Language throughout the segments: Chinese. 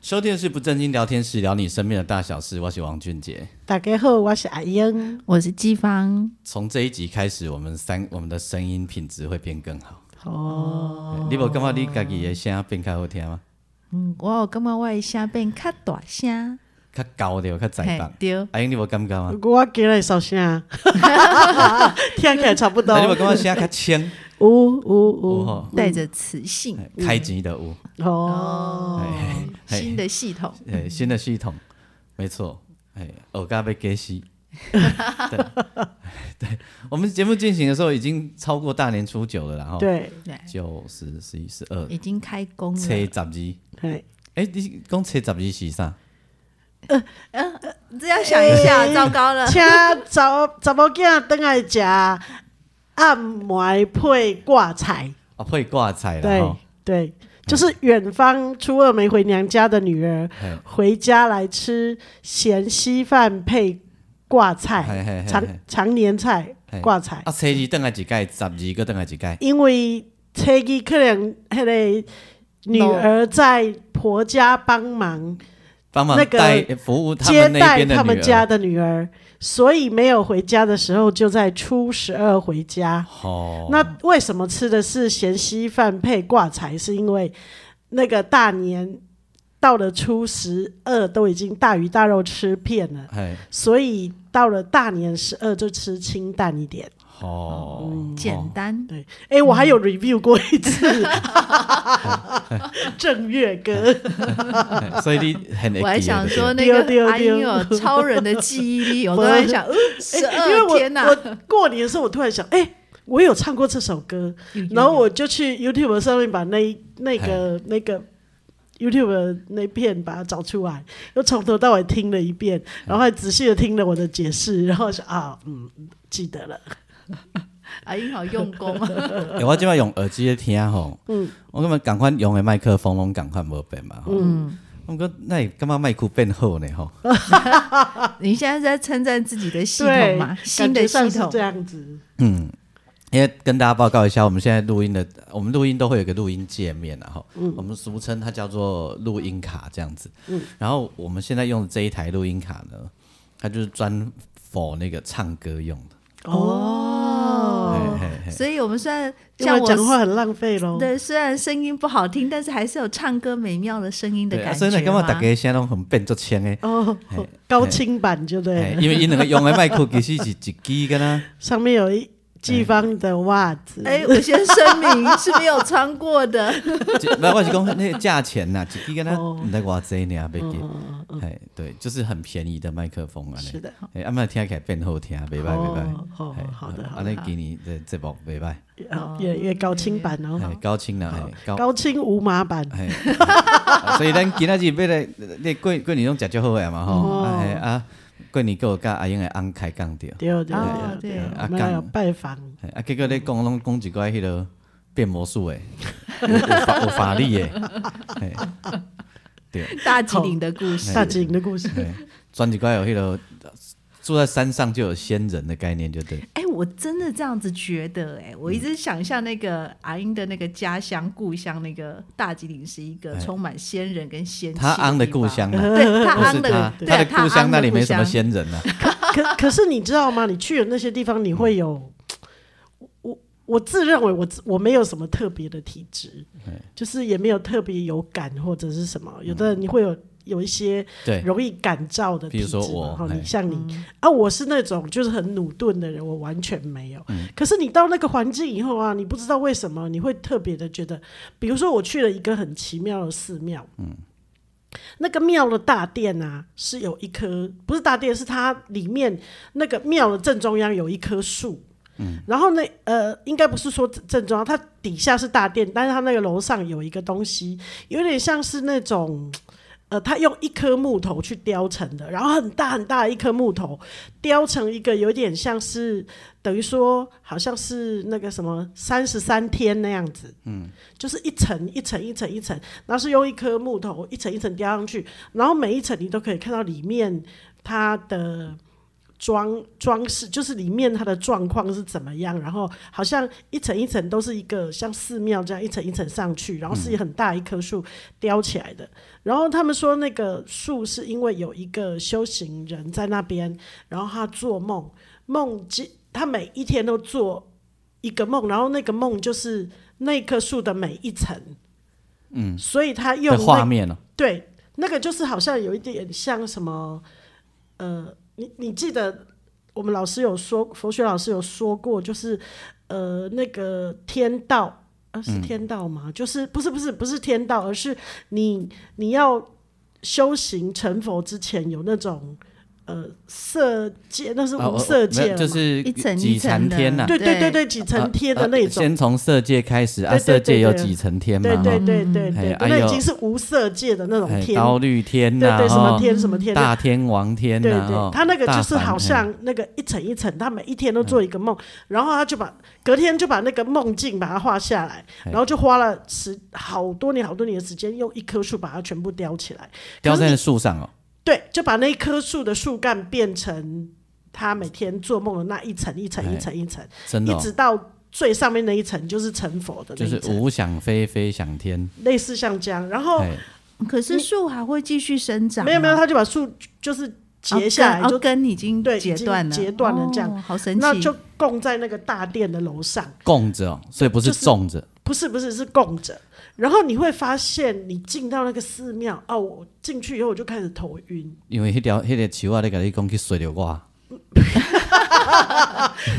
收听的是不正经聊天室，聊你身边的大小事。我是王俊杰。大家好，我是阿英。我是季芳，从这一集开始，我们三我们的声音品质会变更好。哦，对你无感觉你家己的声变较好听吗？嗯，我有感觉我的声变较大声，较高调，较在放嘿。对，阿英，你无感觉吗？我今日收 声，啊听起来差不多啊哎那。你无感觉声较轻？有有有有吼，带着磁性嘿开机的有。哦，嘿嘿新的系统，诶，新的系统，没错，哎，我刚被给洗。对对，我们节目进行的时候已经超过大年初九了啦，然后对，对，九十十一十嗯二，已经开工车了。十二，嘿哎，你讲车十二是啥？这要想一下，糟糕了，请查查某囝等来食暗梅配挂菜，啊，配挂彩了对吼，对，就是远方初二没回娘家的女儿嘿回家来吃咸稀饭配挂嘿菜，嘿嘿常嘿常年菜嘿挂菜，啊，车二等来一届，十二个等来一届，因为车机可能迄个女儿在婆家帮忙帮忙那个带服务他接们那待边的他们女家儿。的女儿，所以没有回家的时候就在初十二回家。哦，那为什么吃的是咸稀饭配挂菜？是因为那个大年到了初十二都已经大鱼大肉吃遍了，哎，所以到了大年十二就吃清淡一点。哦，嗯简单，对，哎、我还有 review 过一次，嗯 正月歌，哎所以你很会我还记得想就说对那个丢丢阿英丢有超人的记忆 力，我我刚才想，呃，哎十因为二我天呐，我过年的时候，我突然想，哎、我有唱过这首歌，然后我就去 YouTube 上面把那一那个那个 YouTube 那片把它找出来，又从头到尾听了一遍，然后还仔细的听了我的解释，然后想啊，嗯，记得了，阿英好用功啊，欸、我即摆用耳机咧听吼，嗯我感觉共款用的麦克风拢共款无变嘛吼。嗯我讲那你感觉麦克变好呢吼？啊 你现在是在称赞自己的系统对嘛？，感新觉的系上是统这，样子，嗯，因为跟大家报告一下，我们现在录音的，我们录音都会有一个录音界面然后、我们俗称它叫做录音卡这样子。然后我们现在用的这一台录音卡呢，它就是专 for 那个唱歌用的。哦嘿嘿嘿所以我们虽然哦因为像讲我话很浪费哦喽。对，虽然声音不好听，但是还是有唱歌美妙的声音的对啊感所觉以嘛。呢，感觉大家现在拢很变作轻诶，哦，高清版就对嘿了，因为因两个用的麦克其实是一支个啦。上面有一季芳的袜子，哎，我先声明是没有穿过 的，这不，我是讲那个价钱呐、一支跟他唔知偌济呢，袂记。哎，对，就是很便宜的麦克风啊。是的，哎，阿麦听起来变好听，袂歹袂歹。哦哦嘿好的好啊，那给你的节目袂歹，哦越越高清版哦，哎，高清啦，哎，高。高清无码版，哎，啊所以咱今仔日要来，你过过年拢食足好诶嘛吼，啊嘿啊，过年还有甲阿英诶翁开讲着，对对哦对对对，啊我们刚还有拜访，嘿啊，结果你讲拢讲一寡迄落变魔术诶，有有法有法力诶，嘿对。大吉岭的故事。大吉岭的故事， 对，专辑怪有迄个住在山上就有仙人的概念，就对。哎，我真的这样子觉得，哎，嗯我一直想象那个阿英的那个家乡故乡，那个大吉岭是一个哎充满仙人跟仙气他昂的地方故，乡啊，对他不是安的他，对他的他故乡安那的里没故什么乡仙人啊。可可是你知道吗？你去的那些地方，你会有，我我自认为我自我没有什么特别的体质，哎就是也没有特别有感或者是什么，有嗯的人你会有有一些对，容易感召的体质比如说嘛，我哈，哎你像你啊，我是那种就是很努钝的人，我完全没有。嗯可是你到那个环境以后啊，你不知道为什么你会特别的觉得，比如说我去了一个很奇妙的寺庙，嗯，那个庙的大殿啊是有一棵，不是大殿，是它里面那个庙的正中央有一棵树，嗯，然后那呃，应该不是说正正装，它底下是大殿，但是它那个楼上有一个东西，有点像是那种。呃，它用一颗木头去雕成的，然后很大很大的一颗木头雕成一个有点像是等于说好像是那个什么三十三天那样子，嗯，就是一层一层一层一层，然后是用一颗木头一层一层雕上去，然后每一层你都可以看到里面它的装装饰，就是里面它的状况是怎么样，然后好像一层一层都是一个像寺庙这样一层一层上去，然后是很大一棵树雕起来的。然后他们说那个树是因为有一个修行人在那边，然后他做梦，梦见他每一天都做一个梦，然后那个梦就是那棵树的每一层，嗯，所以他用的那画个面呢、哦对那个就是好像有一点像什么，呃，你你记得我们老师有说，佛学老师有说过，就是呃那个天道。呃，嗯是天道吗？就是不是不是不是天道，而是你你要修行成佛之前有那种呃色界，那是哦无哦色没界有嘛、就是啊一层几一层层的天呐、啊对对对对对，几层天呃的那种，先从色界开始啊，对对色对界有对几层天嘛？对对哈对对哎对，哎那已呦经是无色界的那种哎天，刀律天对呐、对，什么哈天什么天，哦大天王天对呐、对哈，他那个大嗯就是梵好哎像那个一层一层，他每一天都做一个梦，然后他就把隔天就把那个梦境把它画下来，哎然后就花了十好多年好多年的时间，用一棵树把它全部雕起来。雕可是在你那树上哦，对，就把那一棵树的树干变成他每天做梦的那一层一层哎一层一层，真的、一哦，直到最上面那一层就是成佛的那就一哦是层，无想非非想天。类似像这样。然后哎，可是树还会继续生长吗，没有没有，他就把树就是截下来，哦根就哦根已经对已截经断了，截断了这样哦好神那奇。就供在那个大殿的楼上。供着哦，所以不是就是种着，不是不是是供着，然后你会发现你进到那个寺庙哦，我进去以后我就开始头晕，因为那条那条球啊，你跟你讲去水流挂，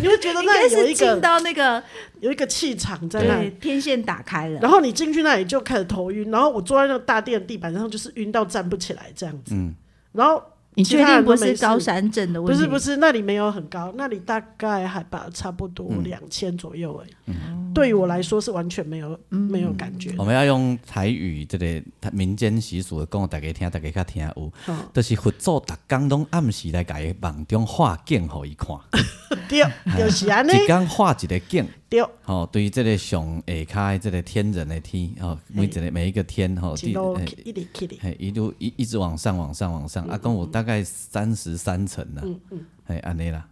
你会觉得 应那该里有是一进个到那个有一个气场在那对里，天线打开了，然后你进去那里就开始头晕，然后我坐在那个大殿的地板上就是晕到站不起来这样子，然后你其确他人定不都没是事高山症的不问题？是不是那里没有很高，那里大概海拔差不多两千左右而已，对于我来说是完全没有没有感觉的，我们要用台语这个民间习俗讲，大家听，大家较听有，哦就是佛祖逐工拢暗时来家己梦中画景互伊看，嗯对，就是安尼，一工画一个景。对，吼、对于这个上下骹的这个天人的天，吼、每一个每一个天，吼、一地路哎一直起哩，嘿，一路一一直往上，往上，往上，嗯啊，跟我大概三十三层啦，嘿，安尼啦，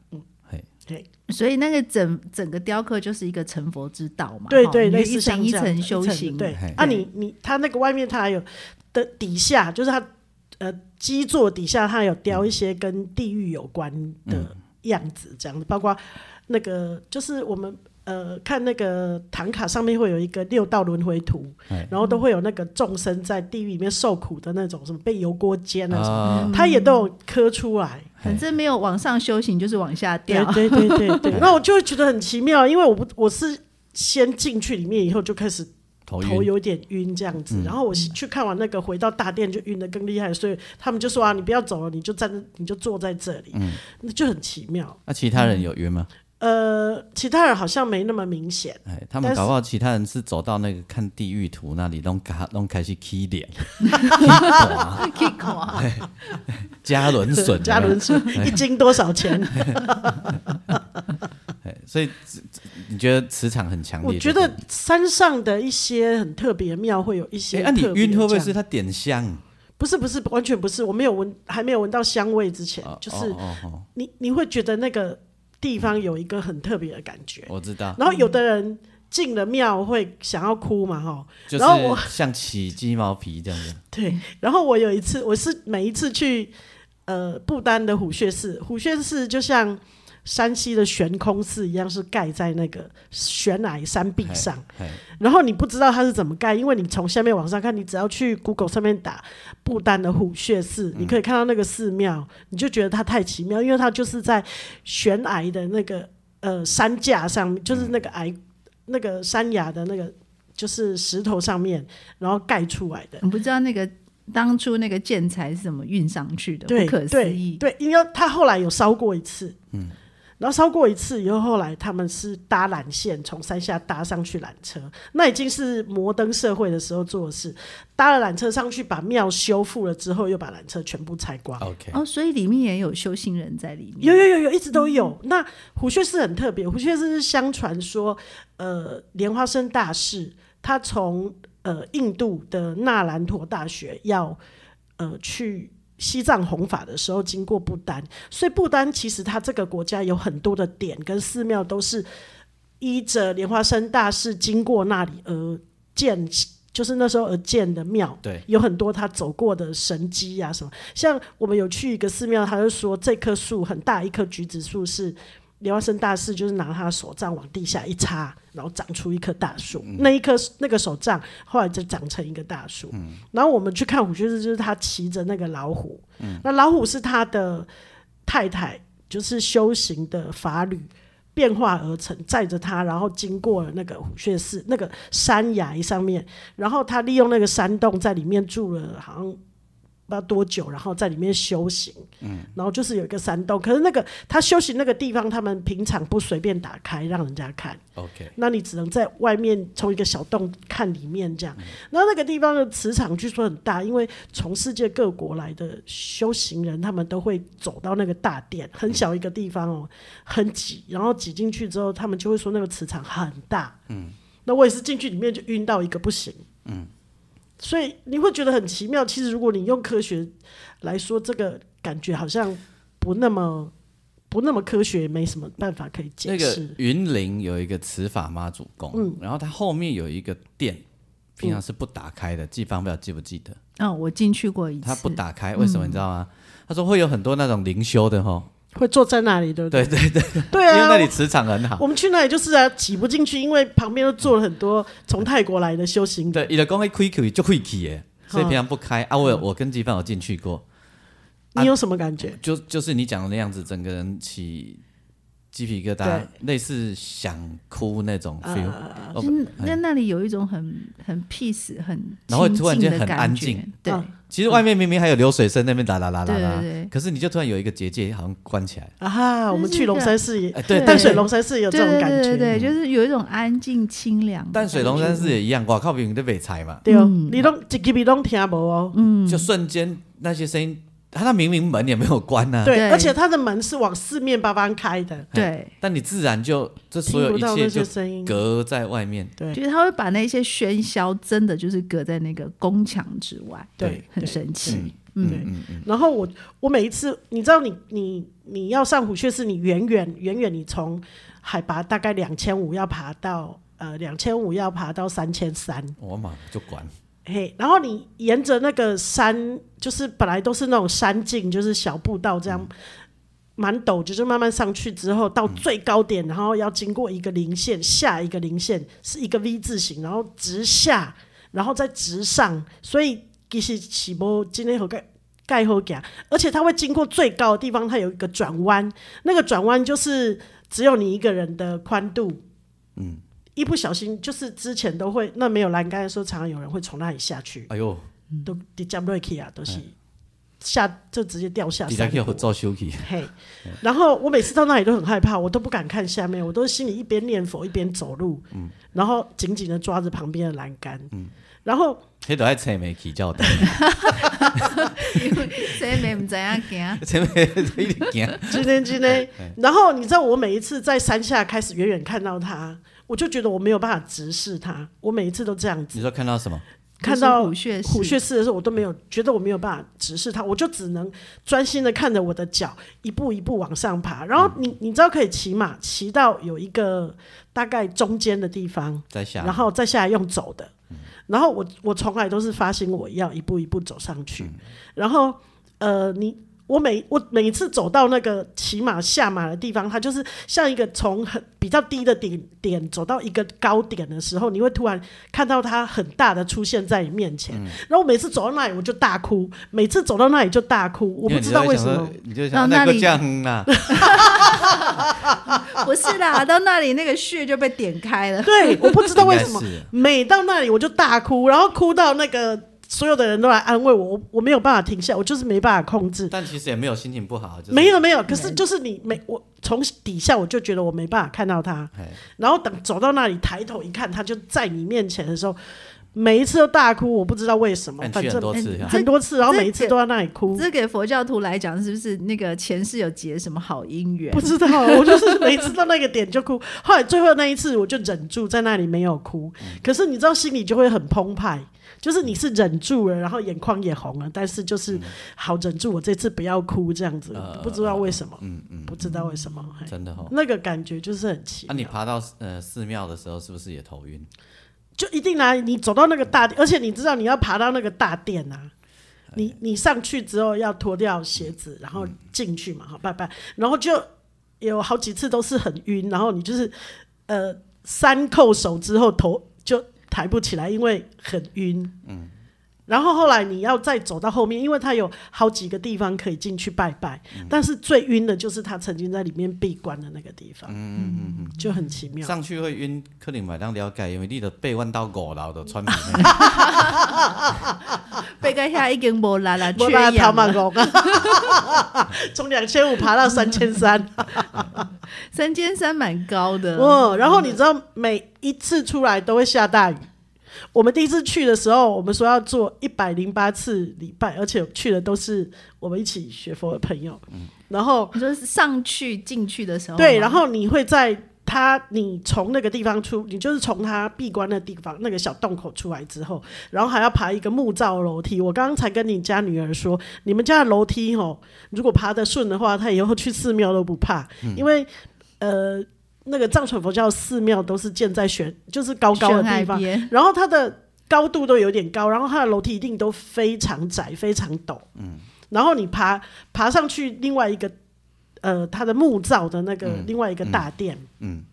嘿，对。所以那个整整个雕刻就是一个成佛之道嘛，对哈对，你类一似像层一这样层的修行，对嘿，啊你你它那个外面它还有的底下，就是它呃基座底下它有雕一些跟地狱有关嗯的样子，这样子，包括那个就是我们。呃，看那个唐卡上面会有一个六道轮回图，然后都会有那个众生在地狱里面受苦的那种，什么被油锅煎啊什么，啊，它也都有刻出来。反正没有往上修行，就是往下对嗯 掉。对对对对，那我就会觉得很奇妙，因为我不我是先进去里面以后就开始头头晕，嗯有点晕这样子，然后我去看完那个，回到大殿就晕的更厉害，所以他们就说啊，你不要走了，你就站，你就坐在这里，嗯那就很奇妙。那、啊其他人有晕吗？呃，其他人好像没那么明显，哎，他们但是搞不好其他人是走到那个看地狱图那里，拢 开拢开始起脸，起大可以 看啊 加轮笋，加仑 笋一斤多少钱？哎，所以这这你觉得磁场很强烈？我觉得山上的一些很特别的庙会有一哎，些那、你特别晕会不会这是样？他点香？不是不是，完全不是，我没有闻，还没有闻到香味之前，哦就是哦哦哦，你你会觉得那个地方有一个很特别的感觉，我知道，然后有的人进了庙会想要哭嘛，哈。就 然后我是像起鸡毛皮这 样子。对，然后我有一次，我是每一次去呃不丹的虎穴寺，虎穴寺就像山西的悬空寺一样，是盖在那个悬崖山壁上。嘿，然后你不知道它是怎么盖，因为你从下面往上看，你只要去 Google 上面打不丹的虎穴寺，你可以看到那个寺庙，你就觉得它太奇妙，因为它就是在悬崖的那个呃山架上面，就是那个崖、那个山崖的那个就是石头上面，然后盖出来的。你不知道那个当初那个建材是怎么运上去的，对不可思议。对，对因为他后来有烧过一次，嗯，然后烧过一次以后，后来他们是搭缆线从山下搭上去缆车，那已经是摩登社会的时候做的事。搭了缆车上去，把庙修复了之后，又把缆车全部拆光。 OK，哦，所以里面也有修行人在里面。有有有有，一直都有。嗯那虎穴寺很特别，虎穴寺是相传说，呃，莲花生大士他从呃印度的纳兰陀大学要呃去西藏弘法的时候，经过不丹，所以不丹其实它这个国家有很多的点跟寺庙都是依着莲花生大士经过那里而建。就是那时候而建的庙，对，有很多他走过的神迹啊什么。像我们有去一个寺庙，他就说这棵树很大，一棵橘子树是莲花生大士，就是拿他的手杖往地下一插，然后长出一棵大树。那一棵那个手杖后来就长成一个大树。然后我们去看虎穴寺，就是他骑着那个老虎，那老虎是他的太太，就是修行的法侣。变化而成，载着他，然后经过了那个虎穴寺那个山崖上面，然后他利用那个山洞在里面住了，好像。不知道多久，然后在里面修行，嗯，然后就是有一个山洞，可是那个他修行那个地方，他们平常不随便打开让人家看， OK，那你只能在外面从一个小洞看里面这样。然后那个地方的磁场据说很大，因为从世界各国来的修行人，他们都会走到那个大殿，很小一个地方哦，很挤，然后挤进去之后，他们就会说那个磁场很大。嗯，那我也是进去里面就晕到一个不行。嗯，所以你会觉得很奇妙。其实如果你用科学来说，这个感觉好像不那么。不那么科学，没什么办法可以解那释。嗯个云林有一个慈法妈祖宫，然后它后面有一个店，平常是不打开嗯的，记方不了记不记得？嗯、我进去过一次。它不打开，为什么你知道嗯吗？他说会有很多那种灵修的吼，会坐在那里，对不对对？对对，对因为啊，那里磁场很好。我们去那里就是啊，挤不进去，因为旁边都坐了很多从泰国来的修行对人，，伊就讲会开去就会去耶，所以平常不开啊。我有我跟纪范有进去过，啊你有什么感觉？就就是你讲的那样子，整个人起鸡皮疙瘩对，啊类似想哭那种 feel，、哦嗯，哎那那里有一种很很 peace，很然后清突然间静的很安感觉静，对、嗯其实外面明明还有流水声，那边啦啦啦啦对啦对，对，可是你就突然有一个结界，好像关起来。啊哈，我们去龙山寺也，哎，对，对淡水龙山寺也有这对种对感对对觉。嗯对，就是有一种安静清凉的淡水龙感山觉寺也一样，哇靠，比你的北财嘛，对哦，嗯你都一个你都听无哦。就瞬间那些声音，啊他那明明门也没有关啊呢、对，对而且它的门是往四面八方开的，对。但你自然就这所听有不一到那切些就声音。隔在外面。对就是他会把那些喧嚣真的就是隔在那个宫墙之外，对很神奇。嗯对嗯嗯，然后我我每一次，你知道你你你要上虎穴是你远远远远你从海拔大概两千五要爬到呃两千五要爬到三千三，我马上就管。嘿，然后你沿着那个山，就是本来都是那种山径，就是小步道这样，蛮陡，就是慢慢上去之后到最高点，然后要经过一个零线，下一个零线是一个 V 字形，然后直下，然后再直上，所以其实起波今天和盖盖后讲，而且它会经过最高的地方，它有一个转弯，那个转弯就是只有你一个人的宽度，一不小心，就是之前都会那没有栏杆的时候，常常有人会从那里下去，哎呦，都迪加瑞克啊，都是下就直接掉下底下山可以谷。做休息。 嘿，然后我每次到那里都很害怕，我都不敢看下面，我都心里一边念佛一边走路，然后紧紧的抓着旁边的栏杆，然后黑都爱车没起叫的，嗯 所以没人知影行，车没一直行。今天今天，然后你知道我每一次在山下开始远远看到他，我就觉得我没有办法直视他，我每一次都这样子你。说看到什么？看到虎穴寺虎 穴寺的时候，我都没有觉得我没有办法直视它，我就只能专心的看着我的脚一步一步往上爬。然后你你知道可以骑马，骑到有一个大概中间的地方，在下面。然后再下来用走的。然后我我从来都是发心，我要一步一步走上去。然后呃，你我每我每一次走到那个骑马下马的地方，它就是像一个从很比较低的点点走到一个高点的时候，你会突然看到它很大的出现在你面前。然后我每次走到那里我就大哭，每次走到那里就大哭，我不知道为什么。你就到想那那个里酱啦，不是啦，到那里那个穴就被点开了。对，我不知道为什么应该是，每到那里我就大哭，然后哭到那个所有的人都来安慰我，我我没有办法停下，我就是没办法控制。但其实也没有心情不好，就是没有没有，可是就是你没我从底下我就觉得我没办法看到他，哎然后等走到那里抬头一看，他就在你面前的时候，每一次都大哭，我不知道为什么但，反去很正多次嗯啊，很多次，然后每一次都在那里哭，这给佛教徒来讲，是不是那个前世有结什么好姻缘不？知道，我就是每次到那个点就哭。 后来最后那一次，我就忍住在那里没有哭。嗯可是你知道，心里就会很澎湃，就是你是忍住了，然后眼眶也红了，但是就是好忍住，我这次不要哭这样子。嗯呃不知道为什么，嗯嗯，不知道为什么，嘿真的哦。那个感觉就是很奇那、妙。你爬到呃寺庙的时候，是不是也头晕？就一定来，你走到那个大殿，而且你知道你要爬到那个大殿啊。你你上去之后要脱掉鞋子，然后进去嘛，好拜拜。然后就有好几次都是很晕，然后你就是呃三扣手之后头就抬不起来，因为很晕。嗯。然后后来你要再走到后面，因为它有好几个地方可以进去拜拜，但是最晕的就是他曾经在里面闭关的那个地方。嗯嗯嗯，就很奇妙。上去会晕，可能买当了解，因为你的背弯到五楼都穿皮被盖下已经无啦啦缺我把它淘氧啊满了，工， 从两啊千五爬到三千三，三尖山蛮高的。哦，然后你知道每一次出来都会下大雨。我们第一次去的时候，我们说要做一百零八次礼拜，而且去的都是我们一起学佛的朋友。嗯然后你说是上去进去的时候吗，对，然后你会在他，你从那个地方出，你就是从他闭关的地方那个小洞口出来之后，然后还要爬一个木造楼梯。我刚刚才跟你家女儿说，你们家的楼梯吼，如果爬得顺的话，她以后去寺庙都不怕，嗯因为呃，那个藏传佛教寺庙都是建在悬，就是高高的悬崖地方，边，然后它的高度都有点高，然后它的楼梯一定都非常窄、非常陡。嗯，然后你爬爬上去另外一个，呃，它的木造的那个、呃另外一个大殿，嗯，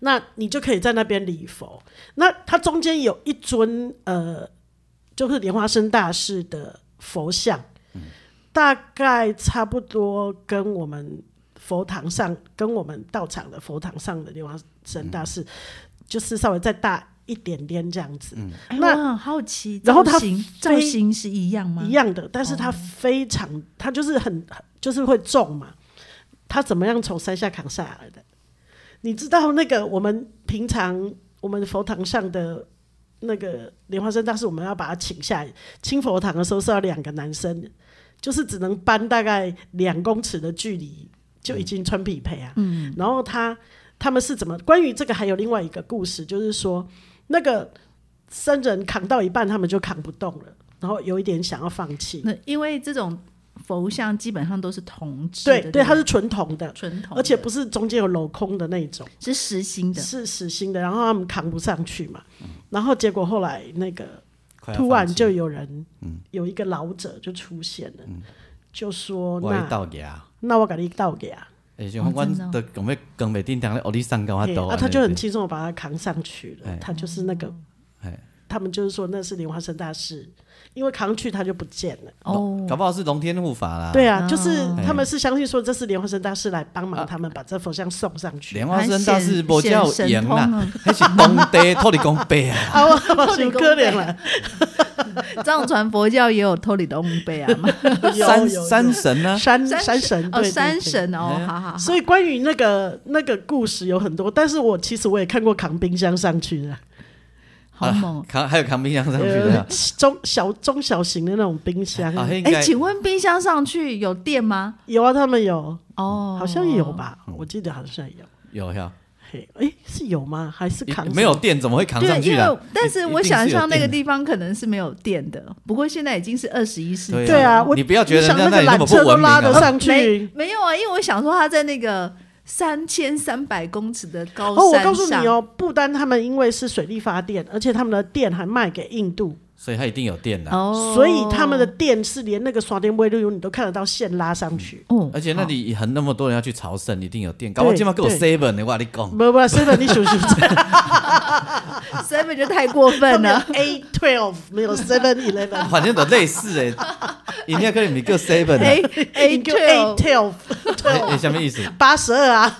那你就可以在那边礼佛。那它中间有一尊呃，就是莲花生大士的佛像，大概差不多跟我们。佛堂上跟我们道场的佛堂上的莲花生大士，就是稍微再大一点点这样子，哎那我很好奇，然后造它型造飞型是一样吗？一样的，但是它非常，它就是很就是会重嘛，它怎么样从山下扛下来的？你知道那个我们平常我们佛堂上的那个莲花生大师，我们要把他请下来，清佛堂的时候是要两个男生，就是只能搬大概两公尺的距离就已经穿匹配啊。嗯，然后他他们是怎么？关于这个还有另外一个故事，就是说那个僧人扛到一半，他们就扛不动了，然后有一点想要放弃。那因为这种佛像基本上都是铜制的，对对，对不对，它是纯铜的，纯铜的，而且不是中间有镂空的那一种。是实心的，是实心的，然后他们扛不上去嘛，然后结果后来那个快要突放然弃就有人，嗯有一个老者就出现了，就说我一那到牙，那我给你倒给啊，而且我哦真的哦阮的我们跟北叮当的奥利上跟我嘿斗啊他就很轻松的把他扛上去了哎，他就是那个哎，他们就是说那是莲花生大师，因为扛上去他就不见了。哦，搞不好是龙天护法啦。对啊，就是哎哦他们是相信说这是莲花生大师来帮忙他们把这佛像送上去。啊莲花蛮生大显师无叫显赢神通啦，啊那是东帝托你讲白啊，啊，我 我挺可怜了， 藏传佛教也有偷里的烘焙啊 嘛，有山有有山神呢？山山神哦，对对山对神哦，哎好好好，所以关于那个那个故事有很多，但是我其实我也看过扛冰箱上去的， 好猛哦啊。扛 还有扛冰箱上去的呃，中小中小型的那种冰箱，啊，那应哎，该请问冰箱上去有电吗？有啊，他们有，哦，好像有？吧，嗯我记得好像有。有呀，嘿，哎，是有吗？还是扛什么没有？电怎么会扛对上，去因啊为？但是一我一定想是有象那个电的地方可能是没有电的，不过现在已经是二十一世纪，对啊，啊我你不要觉得你想人家那个那里那么缆不车文明啊都拉得上去。没没有啊，因为我想说他在那个三千三百公尺的高哦，我山告诉上，你哦，不丹他们因为是水力发电，而且他们的电还卖给印度，所以它一定有电的。哦所以他们的电是连那个刷电微路你都看得到线拉上去。哦而且那里很那么多人要去朝圣，一定有电。对搞我今晚给我对 seven 的，我跟你讲，不不，是的，你数数 seven 哦就太过分了。 A twelve 没有 Seven Eleven。反正都类似诶， 饮哎料可以米个 seven 啊 A A A two twelve 哎，哎什么意思？八十二啊，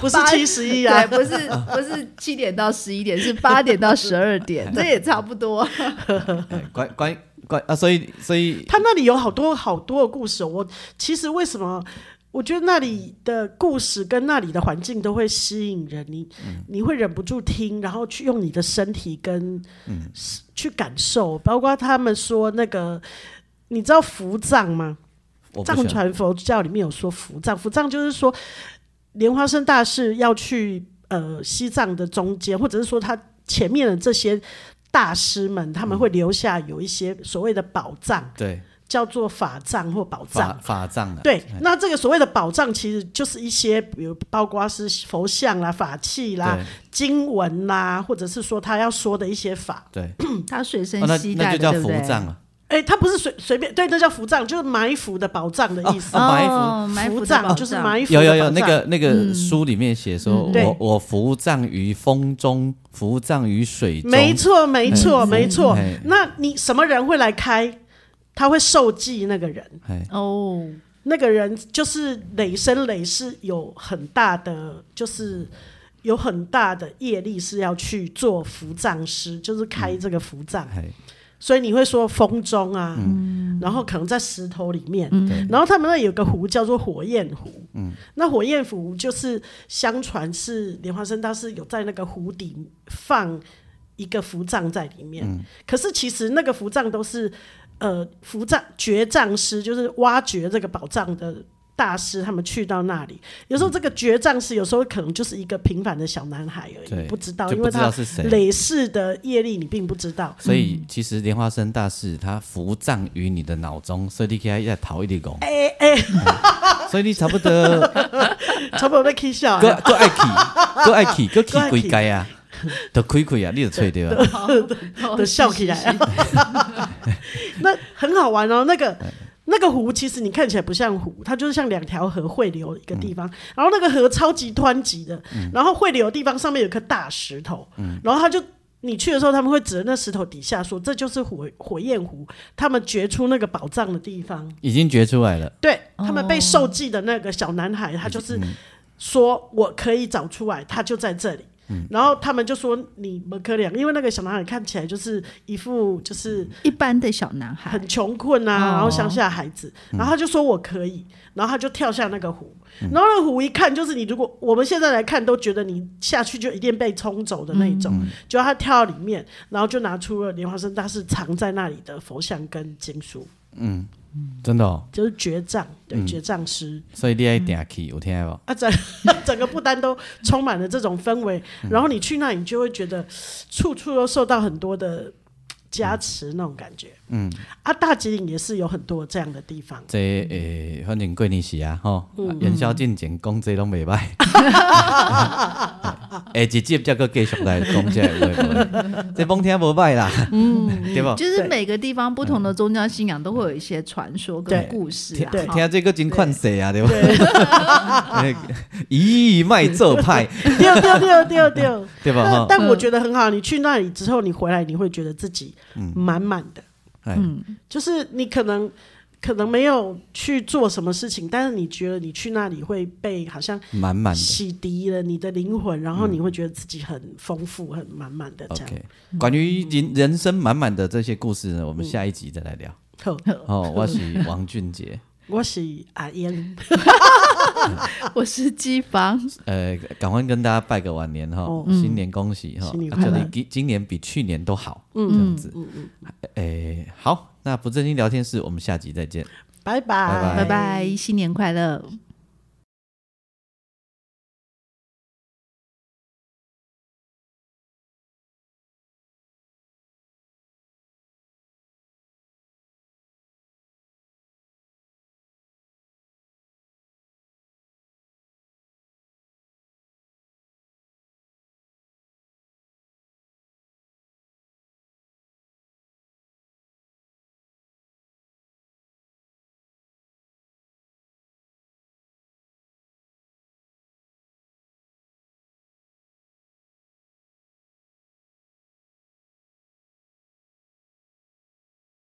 不是七十一啊对，，不是不是七点到十一点，是八点到十二 点，这也差不多。哎关关关啊，所以所以他那里有好多好多的故事哦。我其实为什么？我觉得那里的故事跟那里的环境都会吸引人，你、嗯你会忍不住听，然后去用你的身体跟、嗯去感受，包括他们说那个，你知道伏藏吗？我不藏喜欢传佛教里面有说伏藏，伏藏就是说莲花生大士要去呃西藏的中间，或者是说他前面的这些大师们，嗯他们会留下有一些所谓的宝藏。对叫做法杖或宝法藏。法杖啊，对，那这个所谓的宝藏，其实就是一些，比如包括是佛像啦、法器啦、经文啦，或者是说他要说的一些法。对 对，他随身哦那携那带就的，叫对不伏对？藏啊，哎，他不是随随便，对，那叫伏藏，就是埋伏的宝藏的意思。哦埋伏哦，埋伏伏的藏宝就是藏埋伏的有宝藏。有有，那个那个书里面写说，对我我伏藏于风中，伏藏于水中，没错，没错，嗯没错嗯。那你什么人会来开？他会受记那个人。哎，哦，那个人就是累生累世有很大的，就是有很大的业力是要去做伏藏师，就是开这个伏藏，哎所以你会说风中啊，然后可能在石头里面，对然后他们那有个湖叫做火焰湖，那火焰湖就是相传是莲花生大师有在那个湖底放一个符杖在里面，可是其实那个符杖都是呃符杖掘杖师，就是挖掘这个宝藏的。大师他们去到那里，有时候这个掘杖师有时候可能就是一个平凡的小男孩而对已，不知道，就因不为知道他是谁，累世的业力你并不知道。所以其实莲花生大士他伏藏于你的脑中，所以你可以一直逃一直拱，哎哎，所以你差不 多差不多被 K 笑啊，各各爱去，各爱 去，各去还归去该啊，都开开啊，你就吹对啊，哦都笑起来啊。那很好玩哦，那个。那个湖其实你看起来不像湖，它就是像两条河汇流一个地方，然后那个河超级湍急的，然后汇流的地方上面有颗大石头，然后他就你去的时候他们会指着那石头底下说这就是火火焰湖，他们掘出那个宝藏的地方。已经掘出来了，对他们被受记的那个小男孩，他就是说我可以找出来，他就在这里。然后他们就说你们可怜，因为那个小男孩看起来就是一副就是一般的小男孩很穷困啊，哦然后乡下孩子，然后他就说我可以，然后他就跳下那个湖，然后那个湖一看就是你如果我们现在来看都觉得你下去就一定被冲走的那一种，就他跳到里面，然后就拿出了莲花生大师藏在那里的佛像跟经书，真的哦，就是绝障，对绝障师。所以你爱点去，有听到无？啊，整 整个不丹都充满了这种氛围，嗯然后你去那，你就会觉得处处都受到很多的加持那种感觉。嗯，啊，大吉岭也是有很多这样的地方。 这诶、反正过年时啊，吼，嗯元宵进前讲这拢 袂歹。下一集再搁继续来讲这有的无的，这甭听无歹啦，嗯对不？就是对每个地方不同的宗教信仰都会有一些传说跟对故事听啊。对哈听这个真款式啊，对不？ 咦，卖做派，丢丢丢丢 丢！对吧？ 但哈，但我觉得很好，你去那里之后，你回来你会觉得自己嗯满满的，哎，嗯就是你可能可能没有去做什么事情，但是你觉得你去那里会被好像满满的。嗯洗涤了你的灵魂，然后你会觉得自己很丰富、很满满的这样。嗯 OK，关于人人生满满的这些故事呢，我们下一集再来聊。好哦，我是王俊杰，我是阿 英，我是机房，呃，赶快跟大家拜个晚年哈，新年恭喜哈哦新，年啊快祝乐嗯你今今年比去年都好，这样嗯子。哎，好，那不正经聊天室，我们下集再见。拜拜，拜拜拜，新年快乐。